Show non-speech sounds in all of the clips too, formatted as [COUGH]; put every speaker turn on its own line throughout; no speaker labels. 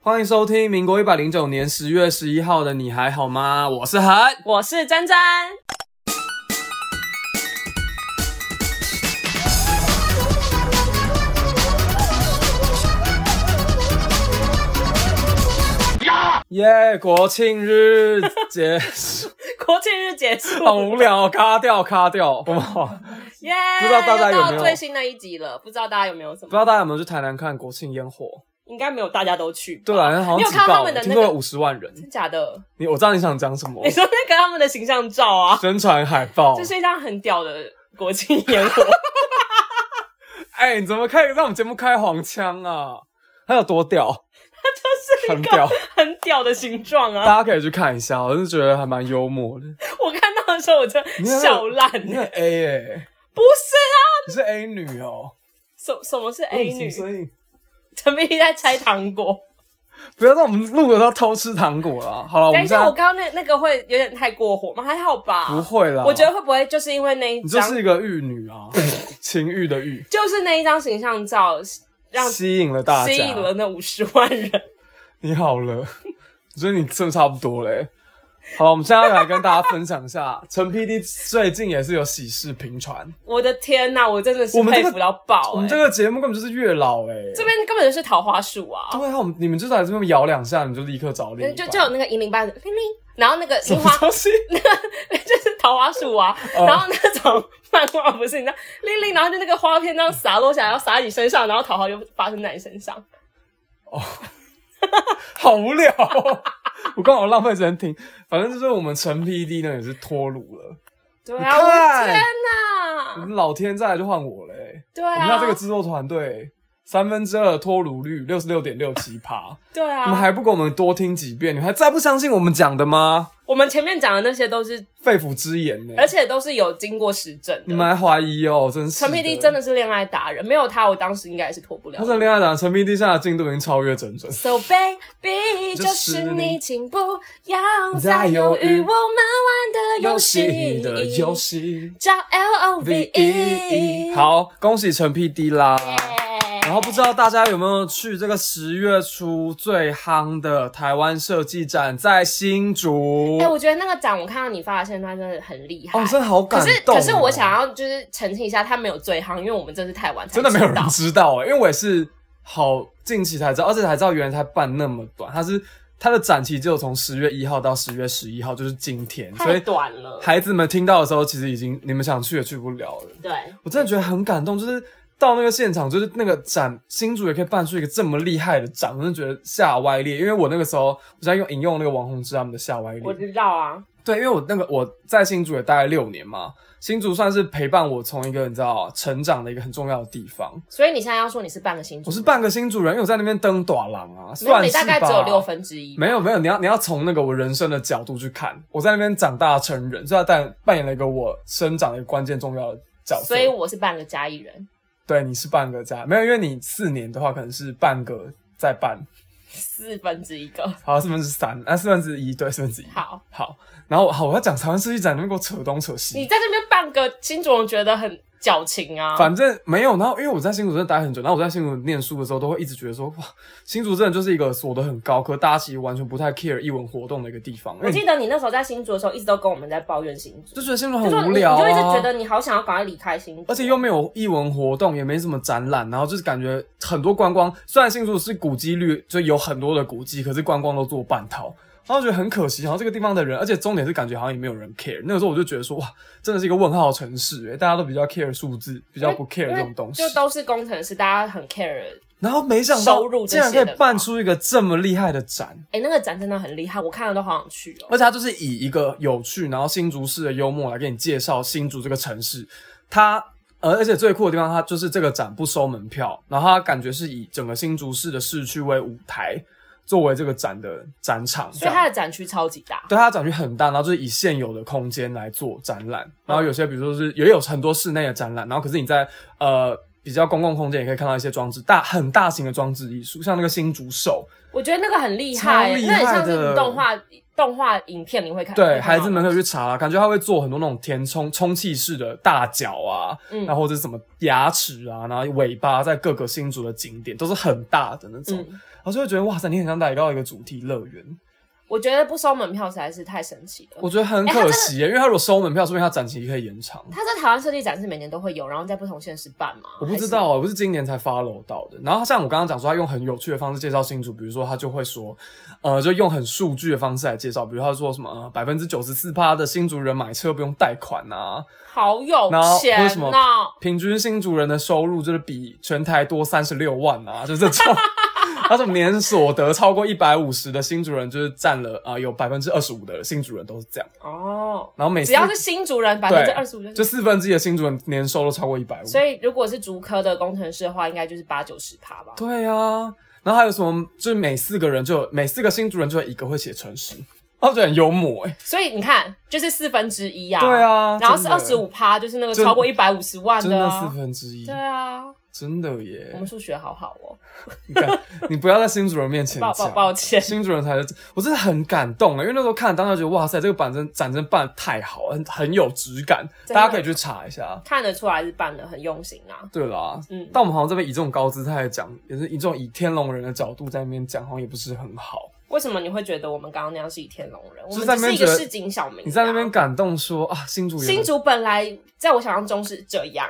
欢迎收听民国一百零九年十月十一号的你还好吗？我是韩，
我是珍 [LAUGHS] 珍。
耶、国庆日结 [LAUGHS] 束，
国庆日结束，
好无聊、哦，卡掉卡掉，我们好，
耶！
不知道大家有没有
又到最新的一集了？不知道大家有没有什
不
么
知？道大家有没有去台南看国庆烟火？
应该没有，大家都去吧。
对啊，好
你有
像挤
看到他
爆
们
了，
的
听
那
说有
个
五十万人。
真假的？
你我知道你想讲什 [LAUGHS] 么
你，说那个他们的形象照啊，
宣传海报
这。是一张很屌的国庆烟
[LAUGHS]
火。
哎、你怎么可以让我们节目开黄腔啊？它有多屌？
它
很
就是一
[LAUGHS] 屌
个很屌的形状啊！
大家可以去看一下，我是觉得还蛮幽默的。
我看到的时候我真
你
的
很
笑烂
你
欸
很 A 哎、
不是啊，
你是 A 女哦、嗯
什什么是 A 女？
所以
陈碧丽在拆糖果。
不要让我们录的时候偷吃糖果啦。好了，我
等
们
一
现
下，我
在
刚刚那那个会有点太过火吗？还好吧，
不会啦。
我觉得会不会就是因为那一
你就
张，
是一个玉女
[LAUGHS]
啊，情欲的欲，
就是那一张形象照让
吸引了大家。
吸引了那五十万人。
你好了，我觉得你真的差不多嘞。好，我们现在来跟大家分享一下， [LAUGHS] 陈 PD 最近也是有喜事频传。
我的天呐，我真的是
我们这
佩
个
服到爆、欸！
我们这个节目根本就是月老哎、
这边根本就是桃花树啊，嗯
对啊，我们你们就在这边摇两下，你就立刻找另一
就
半
就有那个银铃般的铃铃，然后那个
[LAUGHS] 什
樱
么
花
东西？
[LAUGHS] 就是桃花树啊，
哦
然后那种漫画不是你知道铃铃，然后就那个花片这样洒落下来，然后洒在你身上，然后桃花就发生在你身上。
好无聊、 [LAUGHS] 哦。我刚好浪费时间听，反正就是我们陈 PD 呢也是脱乳了，
对
你
啊，
看
我的天
我
呐，
们老天再来就换我嘞、
对
我们要
啊，
这个制作团队三分之二脱乳率六十六点六七趴，
对 [LAUGHS] 啊，
你们还不给我们多听几遍？你们还再不相信我们讲的吗？
我们前面讲的那些都是，
肺腑之言呢、
而且都是有经过实证
你们
的。
还怀疑哦，真是
陈 PD 真
的，
的是恋爱达人，没有他，我当时应该也是脱不了
他。是恋爱党，陈 PD 现在的进度已经超越整整。
So baby，
就
就是是
你
你，请不要
再
再犹
犹豫
豫，我们玩的游戏
的游戏
叫 L O V
，V E
E。
E。，好，恭喜陈 PD 啦！然
然
后不知道大家有没有去这个十月初最夯的台湾设计展，在新竹。
哎、我觉得那个展，我看到你发的线段真的很厉害。
哦，真的好感
可是
动哦、
可是我想要就是澄清一下，他没有最夯，因为我们这是太晚才
真的没有
知道
人知道哎、因为我也是好近期才知道，而且才知道原来它办那么短，它是它的展期只有从十月一号到十月十一号，就是今天，所
太
以
短了。
孩子们听到的时候，其实已经你们想去也去不了了。
对，
我真的觉得很感动，就是到那个现场，就是那个展，新竹也可以办出一个这么厉害的展，我真的觉得吓歪裂。因为我那个时候我在用引用那个王宏志他们的吓歪
我
裂，
知道啊。
对，因为我那个我在新竹也待了六年嘛，新竹算是陪伴我从一个你知道成长的一个很重要的地方。
所以你现在要说你是半个星座，
我是半个新主人，因为我在那边登短廊啊，
没有
算
你
是吧。
大概只有六分之一。
没有没有，你要你要从那个我人生的角度去看，我在那边长大成人，所以他扮扮演了一个我生长的一个关键重要的角色。
所以我是半个加一人，
对你是半个家，没有，因为你四年的话可能是半个再半，
四分之一个。
好四分之三，啊四分之一，对四分之一。
好，
好，然后好我要讲台湾设计展，你们给我扯东扯西。
你在这边半个新主人觉得很矫情啊。
反正没有，然后因为我在新竹真的待很久，然后我在新竹念书的时候，都会一直觉得说，哇，新竹真的就是一个所得很高，可大家其实完全不太 care 艺文活动的一个地方，因
我
为
记
你
得你那时候在新竹的时候，一直都跟我们在抱怨新竹，
就觉得新竹
就说
很
你
无聊、啊、
你就一直觉得你好想要赶快离开新竹，
而且又没有艺文活动，也没什么展览，然后就是感觉很多观光。虽然新竹是古迹率就有很多的古迹，可是观光都做半套，然后觉得很可惜。然后这个地方的人，而且重点是感觉好像也没有人 care。那个时候我就觉得说，哇，真的是一个问号城市，哎诶大家都比较 care 数字，比较不 care
因
这
为
种东西
就。都是工程师，大家很 care。
然后没想到
收入
竟
这些
然
的啊
可以办出一个这么厉害的展，
哎、那个展真的很厉害，我看了都好想去哦。
而且它就是以一个有趣，然后新竹市的幽默来给你介绍新竹这个城市。它呃，而且最酷的地方，它就是这个展不收门票，然后它感觉是以整个新竹市的市区为舞台，作为这个展的展场这
所以
样。
它的展区超级大，
对它的展区很大，然后就是以现有的空间来做展览，然后有些比如说是也有很多室内的展览，然后可是你在呃比较公共空间也可以看到一些装置，大很大型的装置艺术，像那个新竹手，
我觉得那个很厉害、欸
超厉
那很像
害的
是动画动画影片你会看，会
对
看
孩子
到
们可以去查啦，感觉他会做很多那种填充充气式的大脚啊，
嗯
然后或者是什么牙齿啊，然后尾巴在各个新竹的景点都是很大的那种，
嗯，
然后就会觉得哇塞，你很像来到一个主题乐园，
我觉得不收门票实在是太神奇了。
我觉得很
哎他
可
真的
惜耶、因为他如果收门票，说明他展期可以延长。
它在台湾设计展是每年都会有，然后在不同县市办嘛？
我不知道啊，我是今年才 follow 到的。然后像我刚刚讲说，他用很有趣的方式介绍新竹，比如说他就会说，呃，就用很数据的方式来介绍，比如他说什么呃百分之九十四趴的新竹人买车不用贷款啊，
还是好有
然后
钱
为什么
哦！
平均新竹人的收入就是比全台多三十六万啊， [LAUGHS] 就这种。他说年所得超过一百五十的新竹人，就是占了啊、呃有百分之二十五的新竹人都是这样。
哦，
然后每次
只要是新竹人，百分之二十五
对，
就。
就是四分之一的新竹人年收入超过一百五，
所以如果是竹科的工程师的话，应该就是八九十趴吧。
对啊，然后还有什么？就是每四个人就有每四个新主人就有一个会写诚实，他觉得很幽默哎、
所以你看，就是四分之一啊。
对啊
然后是
真
二
的
十五趴，就是那个
真
超过一百五十万
真的四
啊。
分之一
对，啊，
真的
我
耶
们！数学好好哦，
你看，你不要在新主人面前
[LAUGHS] 抱抱
讲。
抱歉。
新主人才是，我真的很感动哎、因为那时候看当时觉得哇塞，这个板真展真办得太好，很很有质感，
真的
大家可以去查一下。
看得出来是办的很用心啊。
对啦，
嗯
但我们好像这边以这种高姿态讲，也是以这种以天龙人的角度在那边讲，好像也不是很好。
为什么你会觉得我们刚刚那样是以天龙人？我
就是
们
在
只
那边
是一个
觉得
市井小民、啊。
你在那边感动说啊，新主人
新竹本来在我想象中是这样，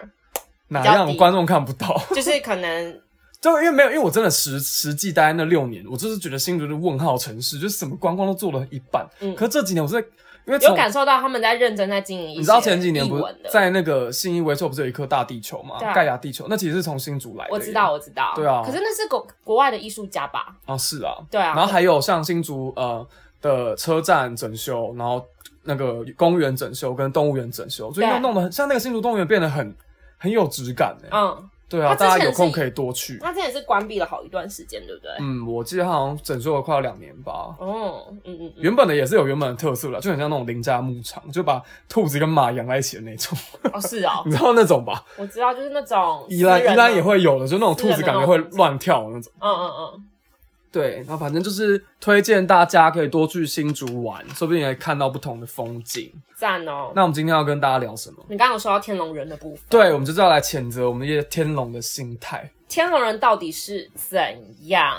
哪
比较
样
低
观众看不到？ [LAUGHS]
就是可能
对，因为没有，因为我真的实实际待在那六年，我就是觉得新竹的问号城市，就是什么观光都做了一半。
嗯
可是这几年我是在，因为
有
从
感受到他们在认真在经营一些
你知道前几年不
译
是
文的，
在那个信义威秀不是有一颗大地球嘛
对啊，
盖亚地球，那其实是从新竹来的。
我知道，。我知道，
对啊
可是那是国国外的艺术家吧？
啊，是啊。
对啊，
然后还有像新竹呃的车站整修，然后那个公园整修跟动物园整修，所以
对
又弄得很像那个新竹动物园变得很很有质感哎、
嗯，
对啊，
它之前
大家有空
是
可以多去。
他之前也是关闭了好一段时间，对不对？
嗯，我记得它好像整修了快要两年吧。
哦，嗯嗯嗯，
原本的也是有原本的特色啦，就很像那种邻家牧场，就把兔子跟马养在一起的那种，
哦是哦
[LAUGHS] 你，知道那种吧？
我知道，就是那种
宜兰
私人的
宜兰也，会有的，就那种兔子感觉会乱跳的那种。
嗯嗯
对，然后反正就是推荐大家可以多去新竹玩，说不定也看到不同的风景。
嗯，赞哦。
那我们今天要跟大家聊什么？
你刚刚有说到天龙人的部分，
对，我们就是要来谴责我们一些天龙的心态。
天龙人到底是怎样？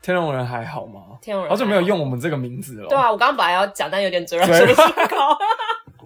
天龙人还好吗？
天龙人
好久没有
还好
用我们这个名字了。
对啊，我刚刚本来要讲，但有点嘴软，
嘴
说
软
不出口。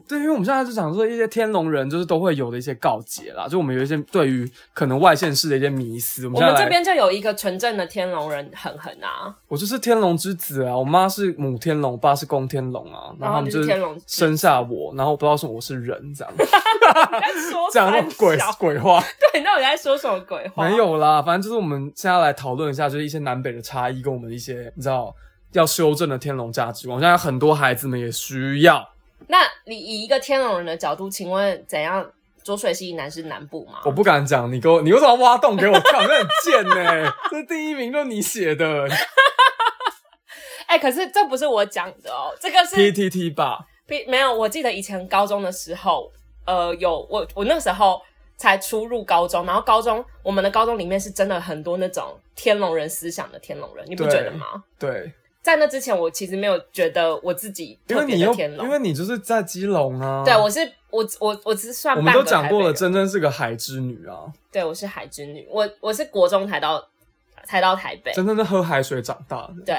对，因为我们现在就讲说一些天龙人就是都会有的一些告解啦，就我们有一些对于可能外县市的一些迷 [LAUGHS] 思。我们
我
现在
们
来
这边就有一个纯正的天龙人狠狠
[LAUGHS]
啊，
我就是天龙之子啊，我妈是母天龙，我爸是公天龙啊，然后他们
你是
就
天龙之子
生下我，然后我不知道什么我是人这样，
你在说
讲那
三
种
[LAUGHS]
鬼
小
鬼话
对，那你在说什么鬼话？
没，有啦，反正就是我们现在来讨论一下，就是一些南北的差异跟我们一些你知道要修正的天龙价值观，现在很多孩子们也需要，
那你以一个天龙人的角度，请问怎样？浊水溪以南是南部吗
我？不敢讲，你给我你为什么要挖洞给我跳？你很贱呢、这第一名就是你写
[LAUGHS]
的
哎、可是这不是我讲的哦，这个是
PTT 吧？
比没有。我记得以前高中的时候，呃，有我我那时候才初入高中，然后高中我们的高中里面是真的很多那种天龙人思想的天龙人，你不
对
觉得吗？
对，
在那之前，我其实没有觉得我自己
因
特
为
别
你
的
又
天龙
因。为你就是在基隆啊，
对，我是我我我只是算
我们
半个
都讲过了，
台北
真
人
真是个海之女啊。
对我是海之女，我我是国中才到才到台北，
真正是喝海水长大的。
对，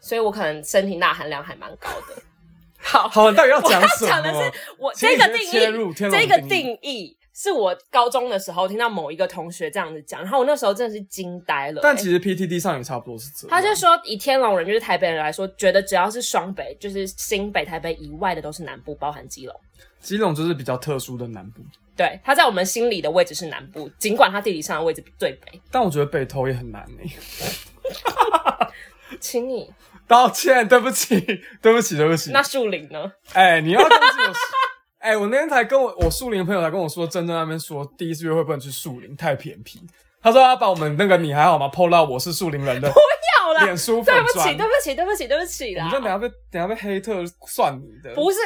所以我可能身体钠含量还蛮高的。 [LAUGHS]
[LAUGHS]
好，
好，你到底要讲什
[LAUGHS] 我要讲的
么
是？我
请
这
你
个
先
定
切入
义，
天龙
这个
定义
定义是我高中的时候听到某一个同学这样子讲，然后我那时候真的是惊呆了、
但
欸
其实 PTD 上也差不多是这样。
他就说，以天龙人就是台北人来说，觉得只要是双北，就是新北、台北以外的都是南部，包含基隆。
基隆就是比较特殊的南部，
对，他在我们心里的位置是南部，尽管他地理上的位置最北。
但我觉得北投也很难欸呢。
请你，
道歉，对不起， [LAUGHS] 对不起，对不起。
那树林呢？
哎、你要攻击我。 [LAUGHS] 哎、我那天才跟我我树林的朋友才跟我说，真正那边说第一次约会不能去树林，太偏僻。他说他把我们那个你还好吗 PO 到我是树林
[LAUGHS]
人的
好啦，
脸书粉
啊对不起，
砖
对，不起，对不起，对不起
你
啦
这。等下被等下被黑特算你的。
不是，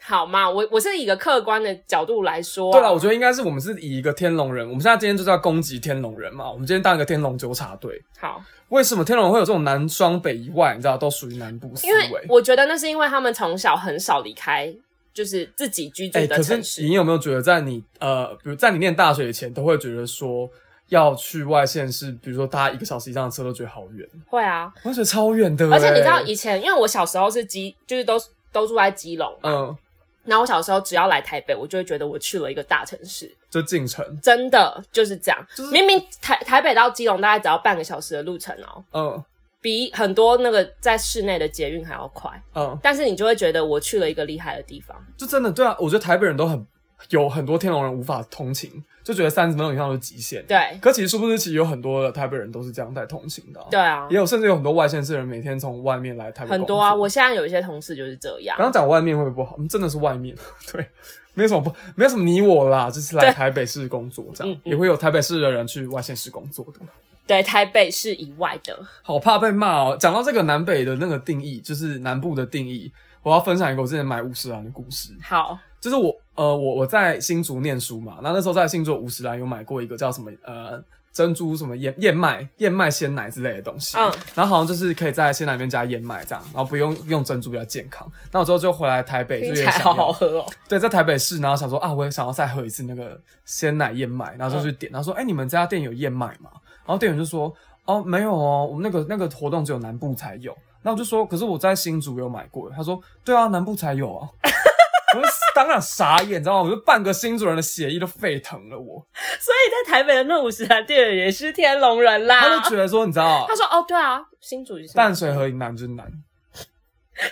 好嘛，我我是以一个客观的角度来说、啊
对了，我觉得应该是我们是以一个天龙人，我们现在今天就是要攻击天龙人嘛。我们今天当一个天龙纠察队，
好，
为什么天龙人会有这种南双北一外？你知道，都属于南部思
因为
维。
我觉得那是因为他们从小很少离开，就是自己居住
哎、
的
可
城
是
市。
你有没有觉得，在你呃，比如在你念大学以前，都会觉得说要去外县市，比如说搭一个小时以上的车，都觉得好远，
会啊，
我觉得超远的、
而且你知道
哎
以前，因为我小时候是基，就是都都住在基隆，
嗯，
然后我小时候只要来台北，我就会觉得我去了一个大城市，
就进城，
真的就是这样。
就是
明明台台北到基隆大概只要半个小时的路程哦，
嗯
比很多那个在室内的捷运还要快，
嗯，
但是你就会觉得我去了一个厉害的地方。
就真的对啊，我觉得台北人都很有很多天龙人无法通勤，就觉得三十分钟以上是极限。
对，
可其实是不是，其实有很多的台北人都是这样在通勤的、啊，
对啊
也，有甚至有很多外县市人每天从外面来台北工作。啊
很多啊。我现在有一些同事就是这样
刚。刚讲外面会不会不好？嗯真的是外面， [LAUGHS] 对，没什么不，没有什么你我啦，就是来
对
台北市工作这
嗯
样，
嗯
也会有台北市的人去外县市工作的。
对，台北市以外的，
好怕被骂哦！讲到这个南北的那个定义，就是南部的定义，我要分享一个我之前买五十岚的故事。
好，
就是我呃，我我在新竹念书嘛，那那时候在新竹五十岚有买过一个叫什么呃珍珠什么燕燕麦燕麦鲜奶之类的东西，
嗯，
然后好像就是可以在鲜奶里面加燕麦这样，然后不用用珍珠比较健康。那我之后就回来台北，就有
听起
点
[LAUGHS] 来
想
好好
要
喝哦。
对，在台北市，然后想说啊，我也想要再喝一次那个鲜奶燕麦，然后就去点，然后说，哎、你们这家店有燕麦吗？然后店员就说，哦，没有哦，我们那个那个活动只有南部才有。那我就说，可是我在新竹有买过，他说，对啊，南部才有啊。 [LAUGHS] 我就当场傻眼，你知道吗？我就半个新竹人的血液都沸腾了我，
所以在台北的那五十家店也是天龙人啦。
他就觉得说，你知道
啊他，说：“哦，对啊，新竹也是
淡水河以南就是南，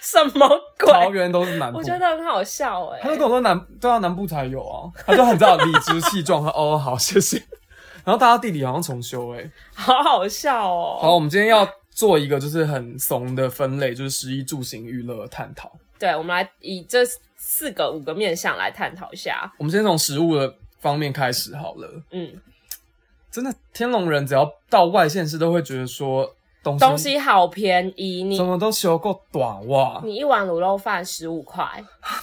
什么鬼？
桃园都是南部
我。觉得很好笑哎、
他就跟我说南，对啊，南部才有啊，他就很知道理直气壮，说哦好谢谢。然后大家地理好像重修哎、
好好笑哦。
好，我们今天要做一个就是很怂的分类，就是食衣住行娱乐的探讨。
对，我们来以这四个五个面向来探讨一下。
我们先从食物的方面开始好了。
嗯，
真的，天龙人只要到外县市，都会觉得说东西
东西好便宜，你
怎么都修够短哇，
你一碗卤肉饭十五块，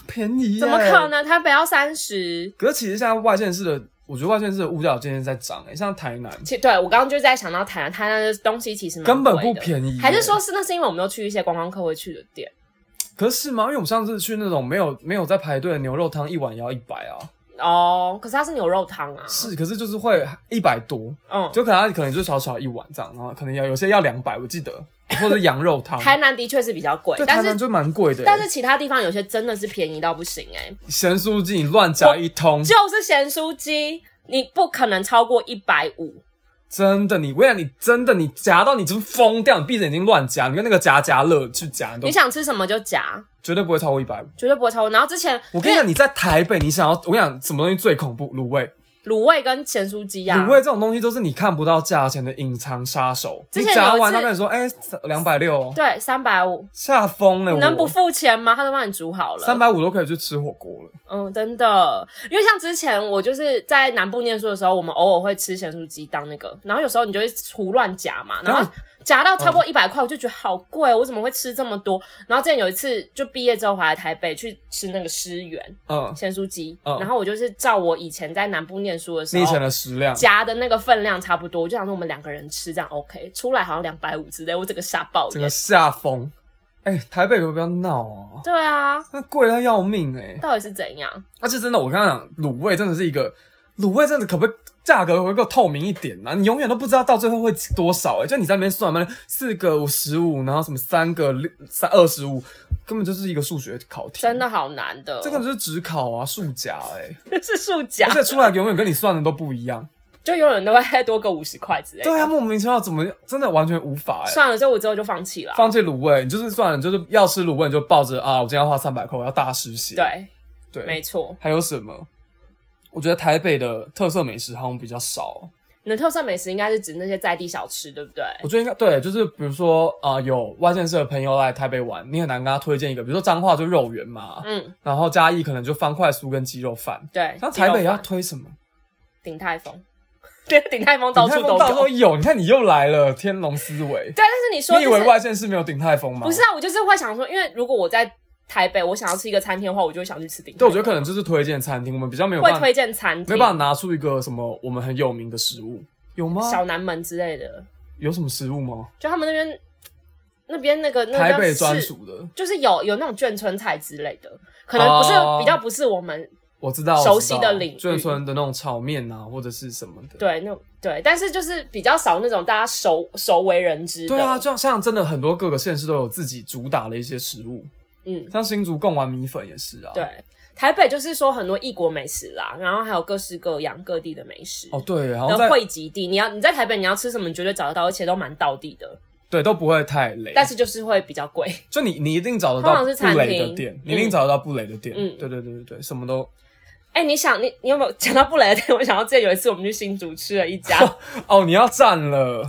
便宜耶
怎么可？能？台北要三十。
可是其实现在外县市的，我觉得外县市的物价有渐渐在涨诶、欸像台南，
其对我刚刚就在想到台南，台南的东西其实蛮
根本
贵的
不便宜耶
还是说是那是因为我们都去一些观光客会去的店？
可是吗？因为我们上次去那种没有没有在排队的牛肉汤，一碗也要一百啊，
哦，可是它是牛肉汤啊，
是，可是就是会一百多，
嗯，
就可能它可能就小小一碗这样，然后可能要有些要两百，我记得， [LAUGHS] 或者是羊肉汤。
台南的确是比较贵
啊对，台
但
南
是
就蛮贵的欸，
但是其他地方有些真的是便宜到不行哎、
咸酥鸡你乱夹一通，
就是咸酥鸡，你不可能超过一百五，
真的你，我想你真的你夹到你真疯掉，你闭着眼睛乱夹，你跟那个夹夹乐去夹，你都
你想吃什么就夹，
绝对不会超过一百五。
绝对不会超过。然后之前
我跟你讲，你在台北，你想要我想什么东西最恐怖？卤味，
卤味跟咸酥鸡呀、
卤味这种东西都是你看不到价钱的隐藏杀手。
之
你
前
夹
有一
完
次
他跟你说，哎、两百六，
对，三百五，
吓疯了
你
我，
能不付钱吗？他都帮你煮好了，
三百五都可以去吃火锅了。
嗯，真的，因为像之前我就是在南部念书的时候，我们偶尔会吃咸酥鸡当那个，然后有时候你就会胡乱夹嘛，然后
啊
夹到超过一百块，我就觉得好贵，哦我怎么会吃这么多？然后之前有一次就毕业之后回来台北去吃那个诗源
嗯，
咸酥鸡，
嗯
然后我就是照我以前在南部念书的时
你以前
候。
的食量，
夹的那个分量差不多，我就想说我们两个人吃这样 OK，出来好像两百五之类，我整个傻爆
整个
眼。
吓疯。哎、台北可不要闹啊，
对啊，
那贵到要命哎、
到底是怎样？
而且真的，我刚刚讲卤味真的是一个卤味，真的可不可以价格可不可以够透明一点呢、啊？你永远都不知道到最后会多少哎、就你在那边算嘛，四个五十五，然后什么三个六三二十五，根本就是一个数学考题。
真的好难的，哦
这个就是只考啊，数甲哎、
[LAUGHS] 是数夹
而，且出来永远跟你算的都不一
[LAUGHS]
样。
就永远都会再多个五十块之类的。
对啊，莫名其妙怎么真的完全无法哎、
算了，所以我之后就放弃了。
放弃卤味，你就是算了，你就是要吃卤味，你就抱着啊，我今天要花三百块，我要大失血。
对，
对，
没错。
还有什么？我觉得台北的特色美食好像比较少。
你的特色美食应该是指那些在地小吃，对不对？
我觉得应该对，就是比如说啊、呃有外县市的朋友来台北玩，你很难跟他推荐一个，比如说彰化就肉圆嘛，
嗯，
然后嘉义可能就方块酥跟鸡肉饭。
对。
那台北
鸡肉
要
饭
推什么？
鼎泰丰， [LAUGHS] 对，鼎泰丰到处
鼎泰
都
丰到处
有。
有，你看你又来了，天龙思维。
[LAUGHS] 对，但是你说、
你
就是，啊
以为外县市没有鼎泰丰吗？
不是啊？我就是会想说，因为如果我在台北，我想要吃一个餐厅的话，我就会想去吃鼎泰。
对，我觉得可能就是推荐餐厅，我们比较没有办
会
法
推荐餐厅，
没办法拿出一个什么我们很有名的食物，有吗？
小南门之类的，
有什么食物吗？
就他们那边那边那个那个叫
台北
市
专属的，
就是有有那种眷村菜之类的，可能不是、
哦
比较不是我们
我知道我
熟
知
悉
道
的领域
眷村的那种炒面啊，或者是什么的。
对那种对，但是就是比较少那种大家熟熟为人知的。
对啊，就像真的很多各个县市都有自己主打的一些食物，
嗯，
像新竹贡丸米粉也是啊。
对，台北就是说很多异国美食啦，然后还有各式各样各地的美食。
哦对，然后
的
在
汇集地，你要你在台北你要吃什么，你绝对找得到，而且都蛮道地的，
对都不会太累，
但是就是会比较贵。
就你你一定找得到
通常是餐
不雷的
厅
店
嗯，
你一定找得到不雷的店。
嗯
对对对对对，什么都
哎、你想你你有没有讲到布雷的 [LAUGHS] 店？我想到之前有一次我们去新竹吃了一
[LAUGHS]
家，
哦，你要站了，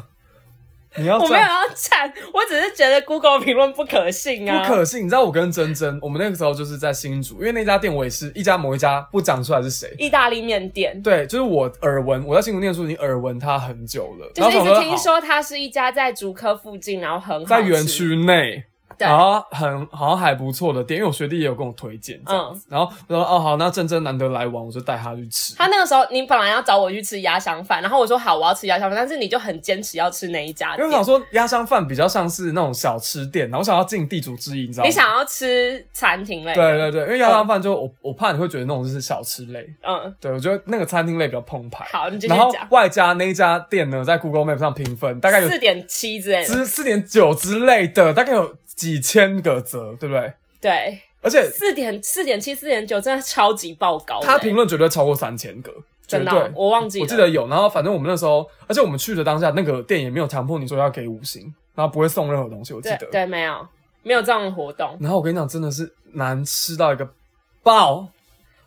你要
我没有啊
站。
要赞，我只是觉得 Google 评论不可信啊，
不可信，你知道我跟珍珍，我们那个时候就是在新竹，因为那家店我也是一家某一家不讲出来是谁，
意大利面店，
对，就是我耳闻，我在新竹念书已经耳闻它很久了，
就是一
然后
直
想啊
听
好
说它是一家在竹科附近，然后很好吃
在园，区内，
对
然后很好像还不错的店，因为我学弟也有跟我推荐这样子，然后我说哦好，那珍珍难得来玩，我就带她去吃。
嗯他那个时候你本来要找我去吃鸭香饭，然后我说好，我要吃鸭香饭，但是你就很坚持要吃那一家
因为
店
我，想说鸭香饭比较像是那种小吃店，然后我想要尽地主之谊，你知道吗？
你想要嗯吃餐厅类的，
对对对，因为鸭香饭就、我我怕你会觉得那种就是小吃类，
嗯，
对我觉得那个餐厅类比较澎湃。
好，你继续
然后
讲，
外加那一家店呢，在 Google Map 上评分大概有
四点七之类的，
之四点九之类的，大概有几千个折，对不对？
对，
而且
四点四点七四点九真的超级爆高的，
他评论绝对超过三千个，绝
真的
对
哦，。我忘记了，
我记得有，然后反正我们那时候，而且我们去的当下，那个店也没有强迫你说要给五星，然后不会送任何东西，我记
对
得。
对没有没有这样的活动，
然后我跟你讲，真的是难吃到一个爆。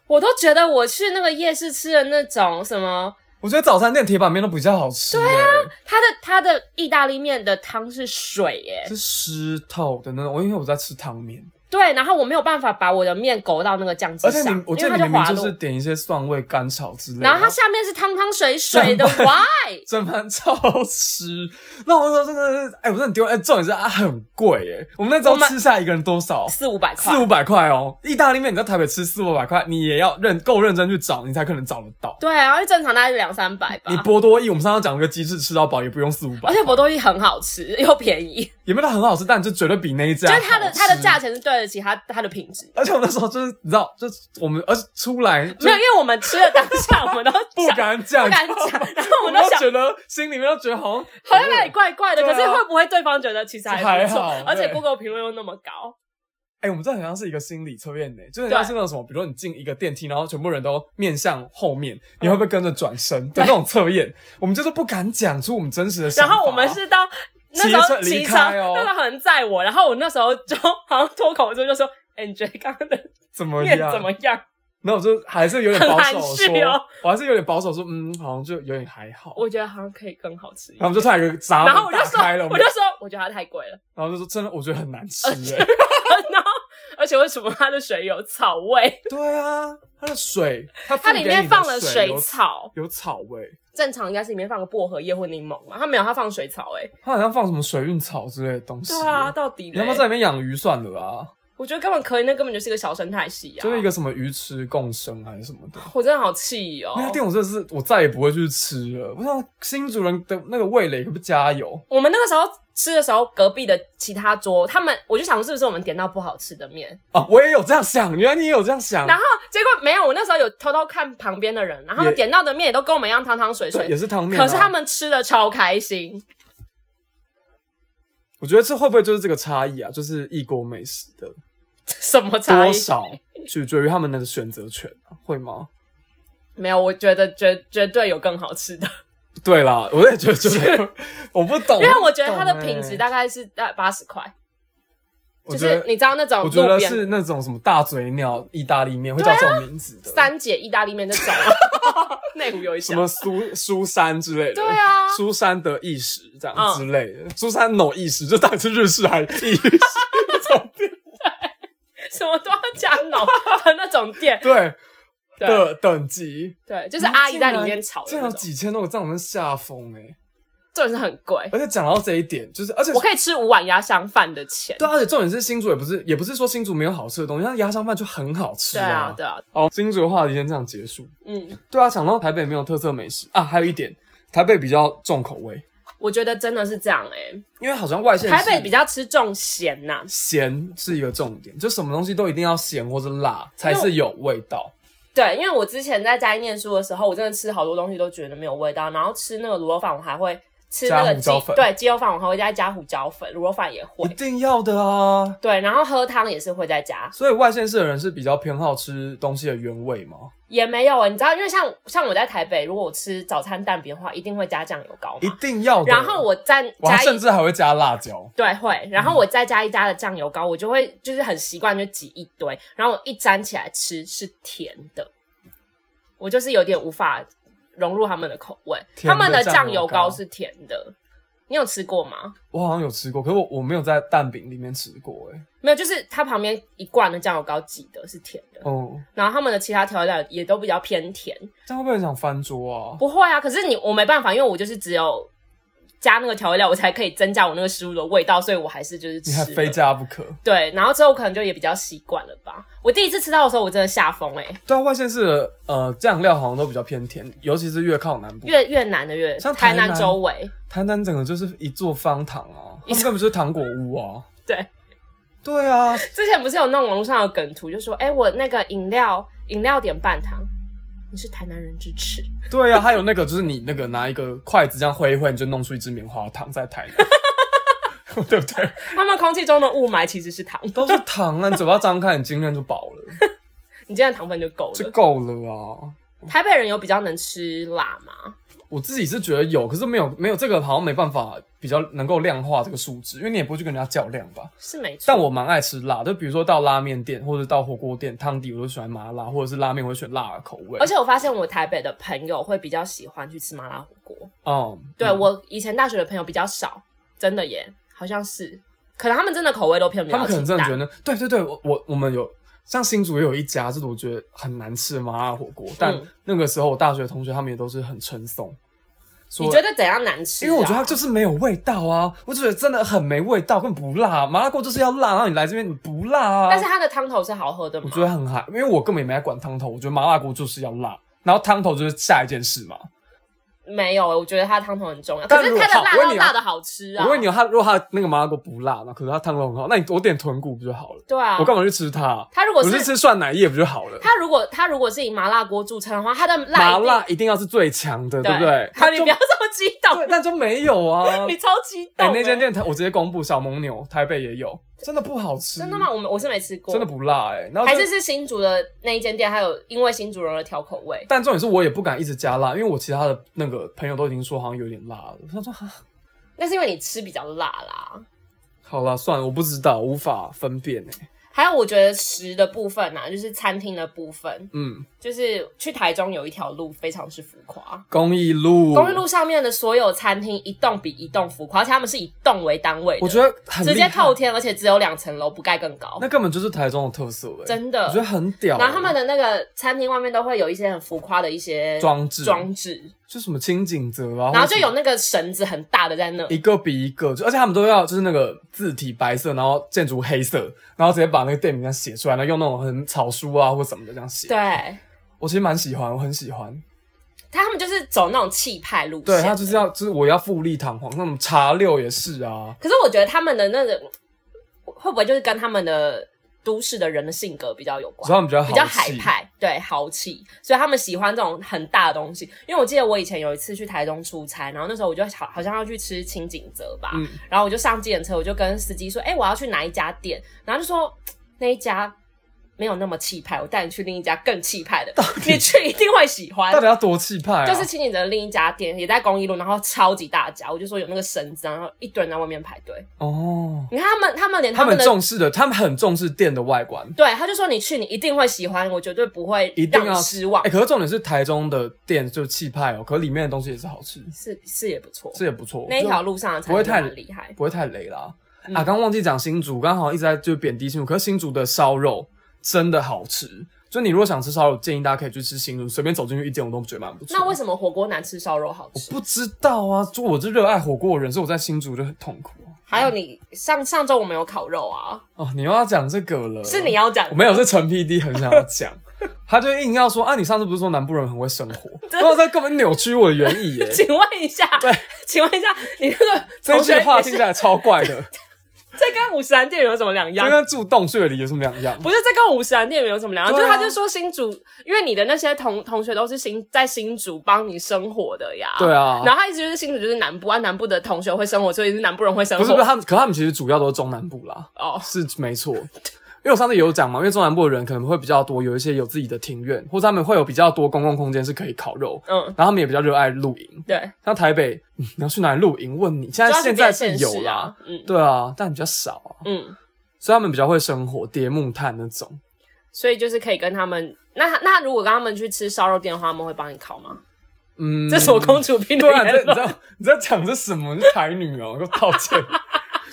我都觉得我去那个夜市吃的那种什么。
我觉得早餐店铁板面都比较好吃、对啊，
它的它的意大利面的汤是水耶、
是湿透的那种。我因为我在吃汤面，
对，然后我没有办法把我的面勾到那个酱汁
而且
上
你，我记
因
得你
为它就
明明
滑
就
落。
是点一些蒜味干炒之类的，
然后它下面是汤汤水水的
怎么
，why？
整盘超湿。那我说真的是，哎、我真的很丢人。哎、重点是它很贵哎，我们那
我
时候
们
吃下来一个人多少？
四五百块
[LAUGHS] 四。五百块哦，意大利面你在台北吃四五百块，你也要认够认真去找，你才可能找得到。
对，啊然后正常大概是两三百吧
你。博多意，我们上次讲那个鸡翅吃到饱也不用四五百
啊而，且博多意很好吃又便宜，
也没有它很好吃，但就绝 [LAUGHS] 对比那一家
就
好
是
吃。
它的它的价钱是对得起它它的品质。
而且我那时候就是你知道，就是我们而且出来就
没有，因为我们吃的当下，我们都
不
讲
敢讲，
不敢讲，然后我
我
们
们
都
都
想
觉得心里面都觉得
[LAUGHS]
好像
好像哪里怪怪的，
对
可
啊
是会不会对方觉得其实还不错
还好？
而且
对
Google 评论又那么高，
哎、我们这很像是一个心理测验呢，就很像是那种什么，比如说你进一个电梯，然后全部人都面向后面，你会不会跟着转身的那种测验？我们就是不敢讲出我们真实的想
然
法。
后我们是到那时候骑
骑车离
车，
开哦
那时候很载我，然后我那时候就好像脱口而出就说：“哎、你觉得刚刚的
怎么
面
样？
怎么样
然后我就还是有点保守
很含
说，
蓄哦
我还是有点保守说，嗯，好像就有点还？”好。
我觉得好像可以更好吃一
然后我们就突
点。
然有一个闸
然后我
门
就
打
说
开了，，
我就呃说，我觉得它太贵了， [LAUGHS]
然后就说真的，我觉得很难吃哎。
然后而且为什么它的水有草味？
[LAUGHS] 对啊，它的水，它
它
附给
里
你的
面放了
水
水
有，
草，
有草味，
正常应该是里面放个薄荷叶或柠檬啊嘛，它没有，它放水草、欸，哎，
它好像放什么水韵草之类的东西。欸
对啊，，到底
你
嘞
要不要在里面养鱼算了啊？
我觉得根本可以，那根本就是一个小生态系啊，
就是一个什么鱼池共生还是什么的。
我真的好气哦、
那家店我真的是我再也不会去吃了。我想新主人的那个味蕾可不可以加油？
我们那个时候吃的时候，隔壁的其他桌，他们我就想说是不是我们点到不好吃的面， [LAUGHS]
啊，我也有这样想，原来你也有这样想
然，后结果没有。我那时候有偷偷看旁边的人，然后他们
也
点到的面也都跟我们一样汤汤水
对，
水
也，是汤面、啊。
可是他，们吃的超开心。 [LAUGHS]
我觉得这会不会就是这个差异啊？就是异国美食的
什么差异
多？少取决于他们的选择权、啊，会吗？
没有，我觉得绝绝对有更好吃的，
对啦，我也觉得就是，哦我不懂，
因为我觉得它的品质
大，
大概是大八十块，
我
就
觉
是
得
你知道那种
我觉
路
得
边啊
是那种什么大嘴鸟意大利面会叫这种名字的，
三姐意大利面那种，
[LAUGHS]
内湖有一
什
家
么。苏苏珊之类的，
对啊
苏珊的意识这样
嗯
之类的，苏珊 no 意识，就到底是日式还是意式这种店，
什么都要加脑的那种店
[LAUGHS] 对
对
的等级，
对，就是阿姨在里面炒的
竟然
那
有
种。
几千多个，这样我们吓疯哎！
重点是很贵，
而且讲到这一点，就是而且
我可以吃五碗鸭香饭的钱。
对啊，而且重点是新竹也不是也不是说新竹没有好吃的东西，像鸭香饭就很好吃
对啊，对啊，
哦，新竹的话题先这样结束。
嗯，
对啊，讲到台北没有特色美食啊，还有一点，台北比较重口味，
我觉得真的是这样哎、
因为好像外县市
台北比较吃重咸呐、
咸是一个重点，就什么东西都一定要咸或者辣才是有味道。
对，因为我之前在家里念书的时候，我真的吃好多东西都觉得没有味道，然后吃那个卤肉饭，我还会吃那
加
个
胡
鸡
椒粉
对鸡肉饭，我还会再加胡椒粉，卤肉饭也会
一。定要的啊！
对，然后喝汤也是会在家，
所以外县市的人是比较偏好吃东西的原味嘛，
也没有啊。你知道，因为像像我在台北，如果我吃早餐蛋饼的话，一定会加酱油膏
一
嘛。
定要的。
然后我在
我还
加
甚
一
至还会加辣椒，
对会，然后我再加一加的酱油膏，我就会就是很习惯就挤一堆，然后我一沾起来吃是甜的，我就是有点无法融入他们的口味。
甜
他
的
们的
酱
酱
油
油
膏
膏是甜的，你有吃过吗？
我好像有吃过，可是我我没有在蛋饼里面吃过、欸，哎，
没有，就是它旁边一罐的酱油膏挤的是甜的，
哦，
然后他们的其他调料也都比较偏甜。
这样会不会很想翻桌啊？
不会啊，可是你我没办法，因为我就是只有加那个调味料，我才可以增加我那个食物的味道，所以我还是就是吃
你还
了
非加不可。
对，然后之后可能就也比较习惯了吧。我第一次吃到的时候，我真的吓疯哎，
对啊，外县市的呃酱料好像都比较偏甜，尤其是越靠南部，
越越南的越
嗯像
台
台南
南周围，
台南整个就是一座方糖啊，他
一
们
座
根本就是糖果屋啊。
对，
对啊，
之前不是有那种网络上的梗图，就说哎、我那个饮料饮料点半糖，你是台南人之
[LAUGHS]
耻，
对啊，还有那个就是你那个拿一个筷子这样挥一挥，你就弄出一支棉花糖在台 [LAUGHS] 南，对不对？
他们空气中的雾霾其实是糖，
都是糖啊，你嘴巴张开，你今天就饱了，
你今天的糖分就够
就
了。
够了啊。
台北人有比较能吃辣吗？
我自己是觉得有，可是没有没有这个好像没办法比较能够量化这个数值，因为你也不会去跟人家较量吧。
是没错，
但我蛮爱吃辣，就比如说到拉面店或者到火锅店汤底，我都喜欢麻辣，或者是拉面我会选辣的口味。
而且我发现我台北的朋友会比较喜欢去吃麻辣火锅。
嗯，
对、
嗯
我以前大学的朋友比较少，真的耶，好像是，可能他们真的口味都偏比
嗯
较
他们可能真的觉
得
得，对对对，我我我们有像新竹也有一家，就是我觉得很难吃的麻辣火锅，但
嗯
那个时候我大学同学他们也都是很称颂，说
你觉得怎样难吃、啊？
因为我觉得它就是没有味道啊，我就觉得真的很没味道，更不辣。麻辣锅就是要辣，然后你来这边你不辣啊。
但是它的汤头是好喝的嘛
我觉得很还，因为我根本也没在管汤头，我觉得麻辣锅就是要辣，然后汤头就是下一件事嘛。
没有，我觉得它的汤头很重要。
但
可
如
是
果
它的辣
好我问
要
你啊
辣的好吃啊
我。问你哦，他如果他那个麻辣锅不辣，那可是他汤头很好，那你我点豚骨不就好了？
对啊
我，干嘛去吃它？
它如
我
果
是
是
吃涮奶液不就好了？
它如果它如果是以麻辣锅著称的话，它的
麻
辣一定
辣一定要是最强的，对不对？
好
他
[LAUGHS] 你
就
不要这么激
对
动，，。
那就没有啊
[LAUGHS] 你超激
哎、
动、
那间
哎
店台我直接公布，小蒙牛台北也有，真的不好吃。
真的吗？？我们我是没吃过，
真的不辣哎、然后就
还是是新竹的那一间店，还有因为新竹人而调口味。
但重点是我也不敢一直加辣，因为我其他的那个朋友都已经说好像有点辣了。他说哈，
那是因为你吃比较辣啦。
好啦，算了，我不知道，无法分辨哎、
还有我觉得食的部分啊，就是餐厅的部分，
嗯，
就是去台中有一条路非常之浮夸，
公益路，
公益路上面的所有餐厅一栋比一栋浮夸，而且他们是以栋为单位的，
我觉得很
直
厉
接
害啊
透，天，而且只有两层楼，不盖更高
那，根本就是台中的特色哎、
哦真
我觉得
的。
很屌欸、
然后他们的那个餐厅外面都会有一些很浮夸的一些
装置
装置，
就什么清景泽啊，
然后
或者
就有那个绳子很大的在那，
一个比一个，就而且他们都要就是那个字体白色，然后建筑黑色，然后直接把那个店名这样写出来，然后用那种很草书啊或什么的这样写。
对，
我其实蛮喜欢，我很喜欢。
他们就是走那种气派路线，
对他就是要，就是我要富丽堂皇，那种茶六也是啊。
可是我觉得他们的那种会不会就是跟他们的都市的人的性格比较有
所以他
关？
们比较
比较
豪
海
气，
派，对豪气，所以他们喜欢这种很大的东西。因为我记得我以前有一次去台中出差，然后那时候我就好好像要去吃清景泽吧，
嗯
然后我就上计程车，我就跟司机说：“哎、我要去哪一家店？”然后就说嘖那一家没有那么气派，我带你去另一家更气派的，你去一定会喜欢
到。底要多气派啊？
就是清景泽的另一家店，也在公益路，然后超级大家，我就说有那个绳子，然后一堆人在外面排队。
哦，
你看他们，他们连
他们
们的
重视的，他们很重视店的外观。
对，他就说你去，你一定会喜欢，我绝对不会
一定
让
要
你失望
哎、。可是重点是台中的店就气派哦，可是里面的东西也是好吃，
是是也不错，
这也不错。
那一条路上的餐
不会
厅
太
蛮厉害。
不会太雷啦。
嗯
啊，刚忘记讲新竹，刚好像一直在就贬低新竹，可是新竹的烧肉真的好吃，就你如果想吃烧肉，建议大家可以去吃新竹，随便走进去一间我都觉得蛮不错。
那为什么火锅难吃，烧肉好
我
吃？
不知道啊，就我这热爱火锅的人，所以我在新竹就很痛苦啊。
还有你上上周我们有烤肉啊，
哦，你又要讲这个了？
是你要讲。
啊我没有，是陈 PD 很想要讲，他就硬要说啊，你上次不是说南部人很会生活？然后他根本扭曲我的原意耶
[LAUGHS] [LAUGHS] 请问一下，请问一下，你那个
[LAUGHS] 这
同
句
学
话
也
听
是
起来超怪的，
[LAUGHS] 这跟五十岚店有什么两
就
样？
跟住洞穴里有什么两样？
不是这跟五十岚店有什么两样？
对啊
就是他就说新竹，因为你的那些同同学都是新在新竹帮你生活的呀。
对啊
然后他一直就是新竹就是南部啊，南部的同学会生活，所以是南部人会生
不
活。
是不是，他们可他们其实主要都是中南部啦，
哦，
是没错。因为我上次有讲嘛，因为中南部的人可能会比较多，有一些有自己的庭院，或者他们会有比较多公共空间是可以烤肉，
嗯，
然后他们也比较热爱露营。
对，
像台北，嗯你要去哪里露营？问你现在
主要是
现
比较
在是
现
有
实
啦
啊，，嗯
对啊，但比较少啊，
嗯，
所以他们比较会生火、叠木炭那种。
所以就是可以跟他们。那那如果跟他们去吃烧肉店的话，他们会帮你烤吗？
嗯，
这是我公主病的
对啊，你
言
在你知
论。
道你在讲这什么？你是台女哦、给我道
[LAUGHS]
歉，